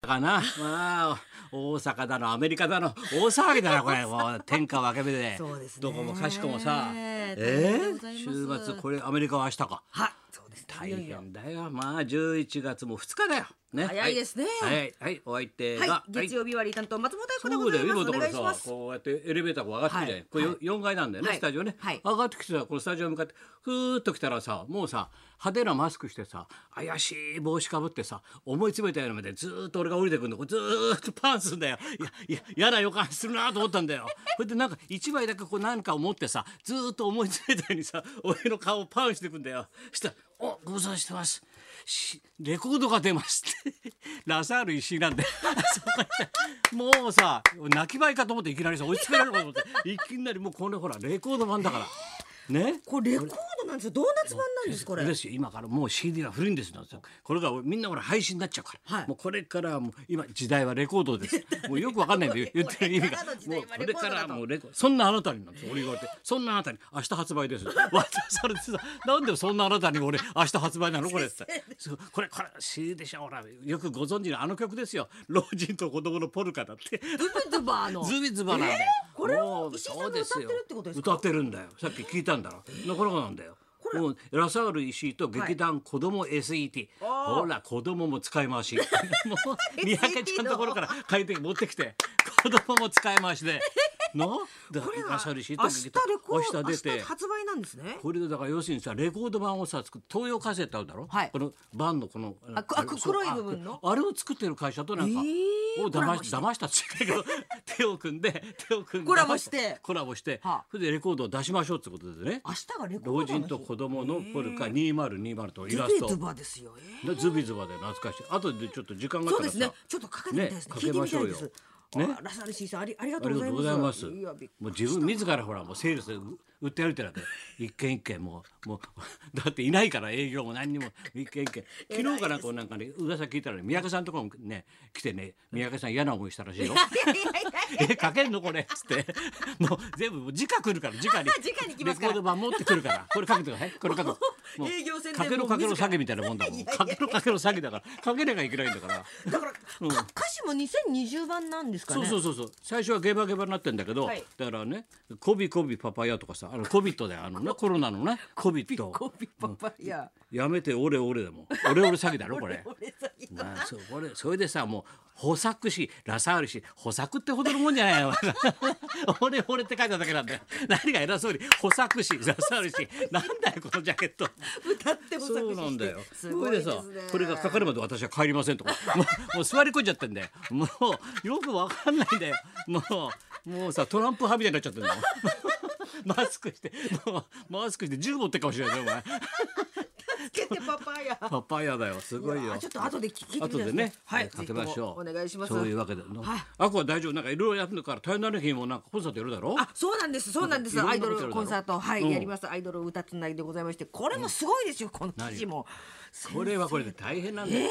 かなまあ大阪だのアメリカだの大騒ぎだなこ れもう天下分け目でそうですねどこもかしこもさえええ大変でごえざいま週す末これアメリカは明日かはい、そうです、ね。大いよいよ変だよまあ11月も2日だよね早いですねはいはいはいお相手はいが、月曜日割り担当松本そ明子うだでよご今ざだいまかす。お願いしらまさす。こうやってエレベーターが上がってるじゃなはいいこれよ4階なんだよねはいスタジオねはい上がってきてさこのスタジオに向かってふーっと来たらさもうさ派手なマスクしてさ怪しい帽子かぶってさ思い詰めたような目でずーっと俺が降りてくるのこれずーっとパンすんだよいやいや嫌な予感するなと思ったんだよそれでなんか1枚だけこう何かを持ってさずーっと思い詰めたようにさ俺の顔をパンしてくんだよそしたら「おご無沙汰してます」しレコードが出ますって ラサール石井なんで もうさ泣きばいかと思っていきなりさ追い詰められるかと思っていきなりもうこれほらレコード版だからねこれレコードなんですよ。ドーナツ版なんですこれ。ですよ今からもう CD は古いんですよこれがみんなほら配信になっちゃうから、はいもうこれからはもう今時代はレコードです もうよくわかんないんだよ言ってる意味がこれからの時もう代はこレれコーかドだとらはもうレコそんなあなたになんですよ俺言われてそんなあなたに明日発売です 渡されてさなんでそんなあなたに俺明日発売なのこれってそうこれこれ CD でしょほらよくご存知のあの曲ですよ老人と子供のポルカだってズビズバーの。ズビズバなんだよ。これをもう石井さんがそうすよ歌ってるってことですか歌ってるんだよ。さっき聞いたんだろ。なかなかなんだよ。もうラサール石井と劇団子供 SET、あーほら子供も使い回し もう三宅ちゃんのところから借りて持ってきて子供も使い回しでのだこれはラサール石井と明日劇レ団コード明日出て発売なんですね。これでだから要するにさレコード版をさ作って東洋カセットあるだろ、はいこの版のこのあくあくそう黒い部分のああれを作ってる会社となんか、えーをコラ騙ボしして騙したっつうけど 手を組んで手を組んでコラボしてコラボして、はあそれでレコードを出しましょうってことですね明日がレコ老ードな人んですとよ。子供のポルカ2020とイラスズビズトバーですよ。えーでズビズバで懐かしいあとでちょっと時間があっそたうでらすさ、ね。ちょっとかけてみたいですね。ね聞いてみたいでかけます。しょうよねあラサール石井さんありありがあとうりがごとざいうます。ございます。いやびっくりもう自分自らほらもうセールスで売ってやるってなって一軒一軒もうもう だっていないから営業も何にも一軒一軒昨日かなんかなんかね噂聞いたらね三宅さんとかもね来てね三宅さん嫌な思いしたらしいよ。 いやいやいやいやえかけんのこれっつって もう全部もう直来るから直 に直に来ますからレコード版持ってくるからこれかけてくださいこれかけてもう営業宣伝かけろもかうけろ自ら詐欺みたいなもんだもんかけろかけろ詐欺だからかけなきゃいけないんだから。だから、か歌詞も2020番なんですかね。そうそうそうそう最初はゲバゲバになってんだけど、はいだからね「コビコビパパイヤ」とかさあのコビットだよあのねコロナのねコビットコピパパイヤ。やめてオレオレでもオレオレ詐欺だろこれ。俺さまあ、そうこれそれでさもう補作しラサールし補作ってほどのもんじゃないよ 俺俺って書いただけなんだよ何が偉そうに補作しラサールしなんだよこのジャケット歌ってもそうなんだよ。すごいですねそれでさ、これがかかるまで私は帰りませんとか、もうもう座り込んじゃってんだよ。もうよくわかんないんだよ。もうもうさトランプ派みたいになっちゃってんだよ。マスクして、もうマスクして銃持ってるかもしれないよお前。つけてパパイヤ。パパイヤだよ。すごいいよや。ちょっと後で聞いてみたい後でですねね、はいえーかけましょう。ぜひともお願いしますそういうわけで、はいあこは大丈夫。なんかいろいろやるのから、大変な日もなんかコンサートやるだろ。あ、そうなんです。そうなんでいす。ろんなアイドことやルるだろコンサートはい、うんやります。アイドル歌つないでございまして、これもすごいですよ。この記事も。これはこれで大変なんだよ。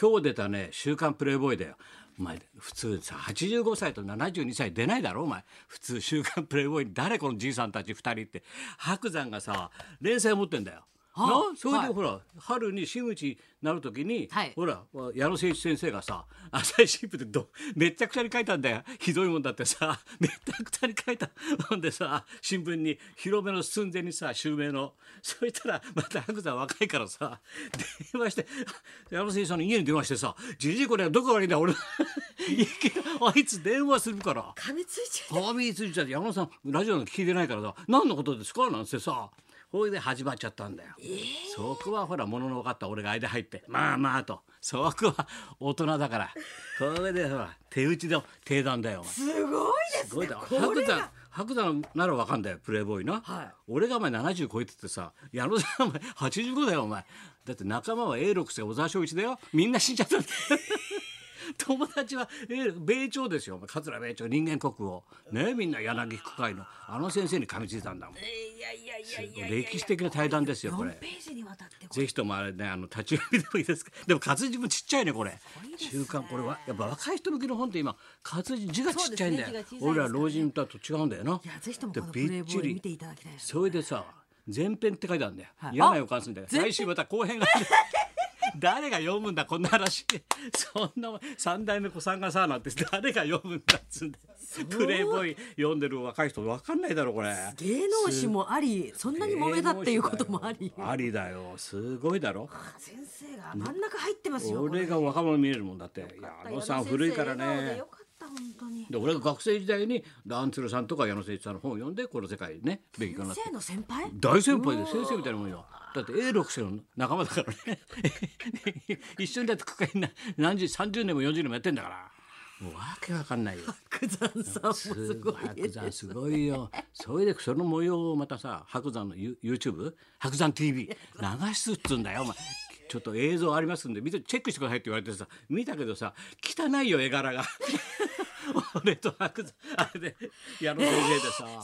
今日出たね「週刊プレイボーイ」だよ。お前普通さ85歳と72歳出ないだろお前普通「週刊プレイボーイ」に誰このじいさんたち2人って白山がさ連載持ってんだよ。はあなそれはでいほら、春に真打ちになる時に、はいほら矢野誠一先生がさ朝日新聞でどめっちゃくちゃに書いたんだよひどいもんだってさ めっちゃくちゃに書いたもんでさ新聞に広めの寸前にさ襲名のそしたらまた白山若いからさ電話して矢野誠一さんの家に電話してさ「じじいこれはどこが悪いんだ俺 いやあいつ電話するから」噛みついちゃ顔見ついちゃって山田さんラジオの聞いてないからさ何のことですかなんてさほいで始まっちゃったんだよ、そこはほら物の分かった俺が間入ってまあまあとそこは大人だからこれでほら手打ちの定談だよお前う。すごいですごいね。だ こ白れ山白山ならわかんだよプレイボーイな、はい俺がお前70超えててさ矢野さんお前85だよお前だって仲間は A6 世小沢昭一だよみんな死んじゃったんだよ 友達は、えー米朝ですよお前桂米朝人間国宝ねみんな柳区会のあの先生に噛みついたんだもんいやいやいやいやいや。歴史的な対談ですよこ4れページにわたってこれ。ぜひともあれねあの立ち読みでもいいですか でも活字もちっちゃいねこれ中間これはやっぱ若い人向けの本って今活字字がちっちゃいんだよ、そうですね字が小さいですからね俺ら老人だと違うんだよないやぜひともこのでプレイびっボちーりイ見ていただきたいです。それでさ前編って書いてあるんだよ、はい嫌な予感するんだよ来週また後編がある 誰が読むんだこんな話そんなもん三代目子さんがさなんて誰が読むんだっつうんでプレイボーイ読んでる若い人分かんないだろこれ芸能史もありそんなに揉めたっていうこともありありだよすごいだろ先生が真ん中入ってますよこれ俺が若者に見えるもんだっていやあのさん古いから矢野先生笑顔でねよかった本当にで俺が学生時代にダンツルさんとか矢野誠一さんの本を読んでこの世界ね勉強になって先生の先輩大先輩で先生みたいなもんよだって A6 世の仲間だからね 一緒にだって区会な何十30年も40年もやってんだからもうわけわかんないよ白山さんもすごい白山すごいよそれでその模様をまたさ白山の You- YouTube 白山 TV 流すっつうんだよお前ちょっと映像ありますんで見てチェックしてくださいって言われてさ見たけどさ汚いよ絵柄が 俺と白山あれで矢野先生でさ、そうなん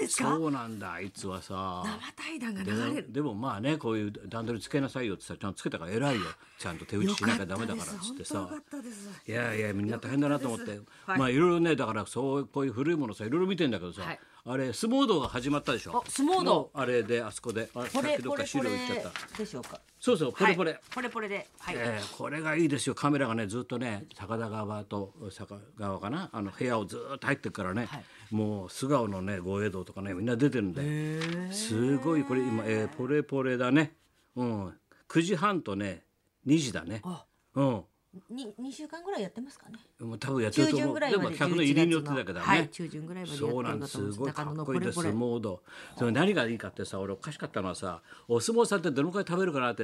ですかそうなんだあいつはさ生対談がで流れもるでもまあねこういう段取りつけなさいよってさちゃんとつけたから偉いよちゃんと手打ちしなきゃダメだからっつってよさかったです本いやいやみんな大変だなと思ってよかったですはいまあいろいろねだからそうこういう古いものさいろいろ見てんだけどさ、はいあれ相撲道が始まったでしょあ相撲道のあれであそこであさ当っですきどっか資料行っちゃったでしょうかそうそうこれこれ、はいポレポレではい、えーこれがいいですよカメラがねずっとね高田川と坂川かなあの部屋をずっと入ってくからね、はいもう素顔のね豪栄道とかねみんな出てるんですごいこれ今、えーポレポレだね、うん、9時半とね2時だねあうんに二週間ぐらいやってますかねもう多分やってる中と思旬うぐらいでまもで客の入りによってだけどね、はい中旬ぐらいまでやってそうなんるでかすと思すうんごいかっこいいです相中野のポレポレ撲道それ何がいいかってさ俺おかしかったのはさお相撲さんってどのくらい食べるかなって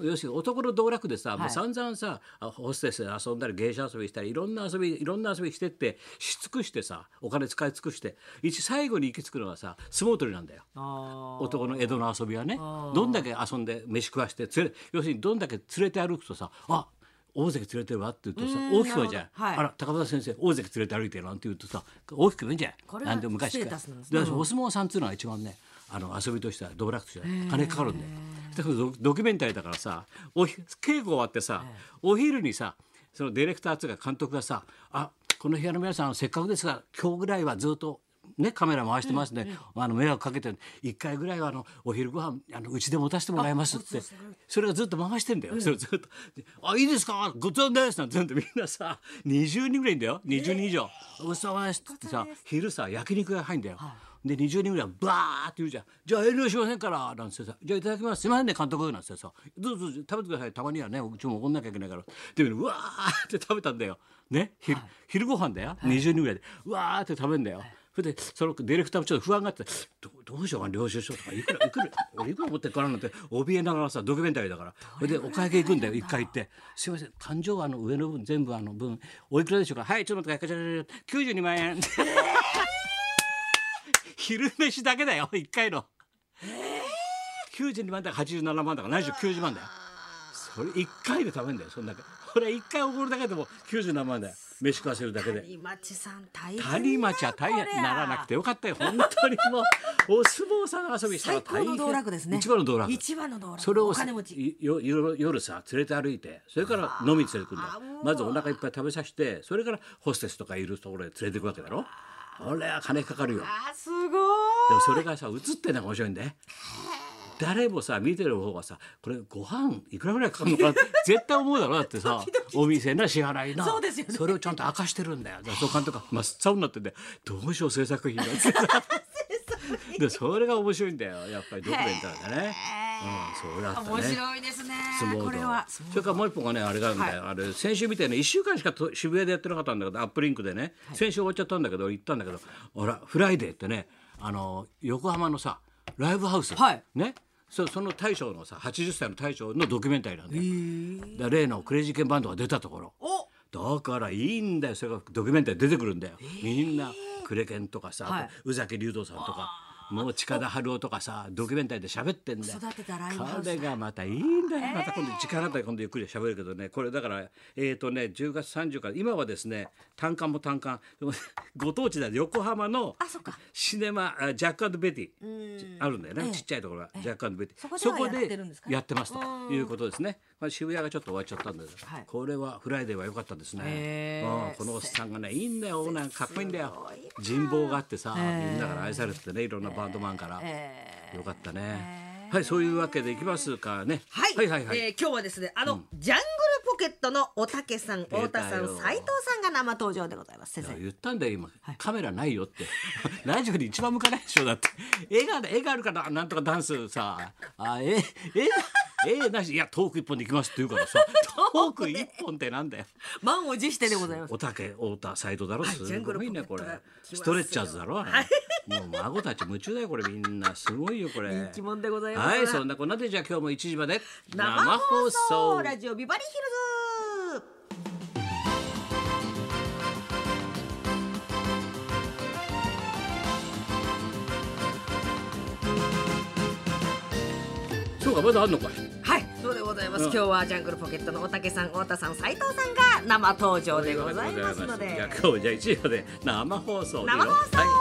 要するに男の道楽でさ、もう散々さあホステスで遊んだり芸者遊びしたりいろんな遊びいろんな遊びしてってし尽くしてさお金使い尽くして一最後に行き着くのがさ相撲取りなんだよ。あ男の江戸の遊びはねどんだけ遊んで飯食わして連れ要するにどんだけ連れて歩くとさあ大関連れてるわって言うとさ大きくはじゃん、なるほどはいあら高田先生大関連れて歩いてるなんて言うとさ大きく見えんじゃこんれがなんで昔ステかーらタスなんですねだからお相撲さんっていうのは一番ねあの遊びとしては道楽としては金かかるんだよだからドドキュメンタリーだからさおひ稽古終わってさお昼にさそのディレクターっていうか監督がさあこの部屋の皆さんせっかくですが今日ぐらいはずっとね、カメラ回してますね、あの迷惑かけて一回ぐらいはあのお昼ご飯あのうちで持たせてもらいますってそれがずっと回してんだよ、それをずっと「あいいですかごちそうです」なんて言うんでみんなさ20人ぐらいいんだよ20人以上「ごちそうさまです」ってさ昼さ焼肉が入るんだよ。で20人ぐらいバーって言うじゃん「じゃあ遠慮しませんから」なんてさ「じゃあいただきますすいませんね監督」なんてさ「どうぞどうぞ食べてくださいたまにはねうちも怒んなきゃいけないから」っていうのうわーって食べたんだよ。ね昼,、昼ご飯だよ20人ぐらいでうわーって食べんだよ。それでそのディレクターもちょっと不安があってどどうしようかな領収書とかいくらいくら俺いくら持ってっからなんて怯えながらさドキュメンタリーだからそれでお会計行くんだよ一回行って「すいません勘定はあの上の分全部あの分おいくらでしょうかはいちょっと待ってください92万円」昼飯だけだよ一回の。92万だから87万だから90万だよ。それ一回で食べるんだよそんだけ。これ一回おごるだけでも97万だよ飯食わせるだけで。谷町さん大変谷町は大変こりゃならなくてよかったよ本当にもうお相撲さんの遊びしたら大最高変の道楽ですね一番の道楽一番の道楽それをおさ金持ちいよ夜夜さ連れて歩いてそれから飲みに連れてくんだよまずお腹いっぱい食べさせてそれからホステスとかいるところへ連れてくわけだろこれは金かかるよあーすごいでもそれがさ映ってんのが面白いんで誰もさ見てる方がさこれご飯いくらぐらいかかるのか なって絶対思うだろだってさお店な支払いなそうですよねそれをちゃんと明かしてるんだよだからそう監督が真っ青になっててどうしよう制作費 がってさでそれが面白いんだよやっぱりドキュメンタリーだねうんそうだったね面白いですね相撲道これはそれからもう一本がねあれがあるんだよ、あれ先週みたいな1週間しかと渋谷でやってなかったんだけどアップリンクでね、先週終わっちゃったんだけど行ったんだけどほらフライデーってねあの横浜のさライブハウス、はいねそその大将のさ80歳の大将のドキュメンタリーなんだよ、だから例のクレイジーケンバンドが出たところおだからいいんだよそれがドキュメンタリー出てくるんだよ、みんなクレケンとかさ、はい宇崎竜童さんとかもう近田春夫とかさドキュメンタリーで喋ってんだよ育てたライブハウスだ彼がまたいいんだよまた今度時間あったら今度ゆっくり喋るけどねこれだからえっ、とね10月30から今はですね単館も単館でもご当地だ横浜のあそっかシネマあジャックベティあるんだよね、ええちっちゃいところはジャックベティそこではやってるんですかやってますということですね、まあ、渋谷がちょっと終わっちゃったんです、はいこれはフライデーは良かったですね、へーうんこのおっさんがねいいんだよオーナーかっこいいんだよ人望があってさ、みんなから愛されててねいろんなバンドマンから、えよかったね、はい、そういうわけでいきますかね。はい、はい、はい、はい。えー今日はですね、あの、ジャングルポケットのおたけさん、太田さん、出たよ斉藤さんが生登場でございます。先いや生。言ったんだよ今、カメラないよって ラジオに一番向かないでしょだって絵が絵があるからなんとかダンスさあ絵絵絵なしいやトーク一本で行きますって言うから さトーク一本ってなんだよ満を持してでございます。おたけ太田斎藤だろすジャングルごいねポこケれットが来ますよストレッチャーズだろもう孫たち夢中だよこれみんなすごいよこれ人気者でございますはいそんなこんなでじゃあ今日も1時まで生放送ラジオビバリーヒルズ。そうかまだあんのかいはい、そうでございます。うん今日はジャングルポケットのおたけさん、太田さん、斉藤さんが生登場でございますので。じゃあ今日じゃあ1時まで生放送でいいよ生放送はい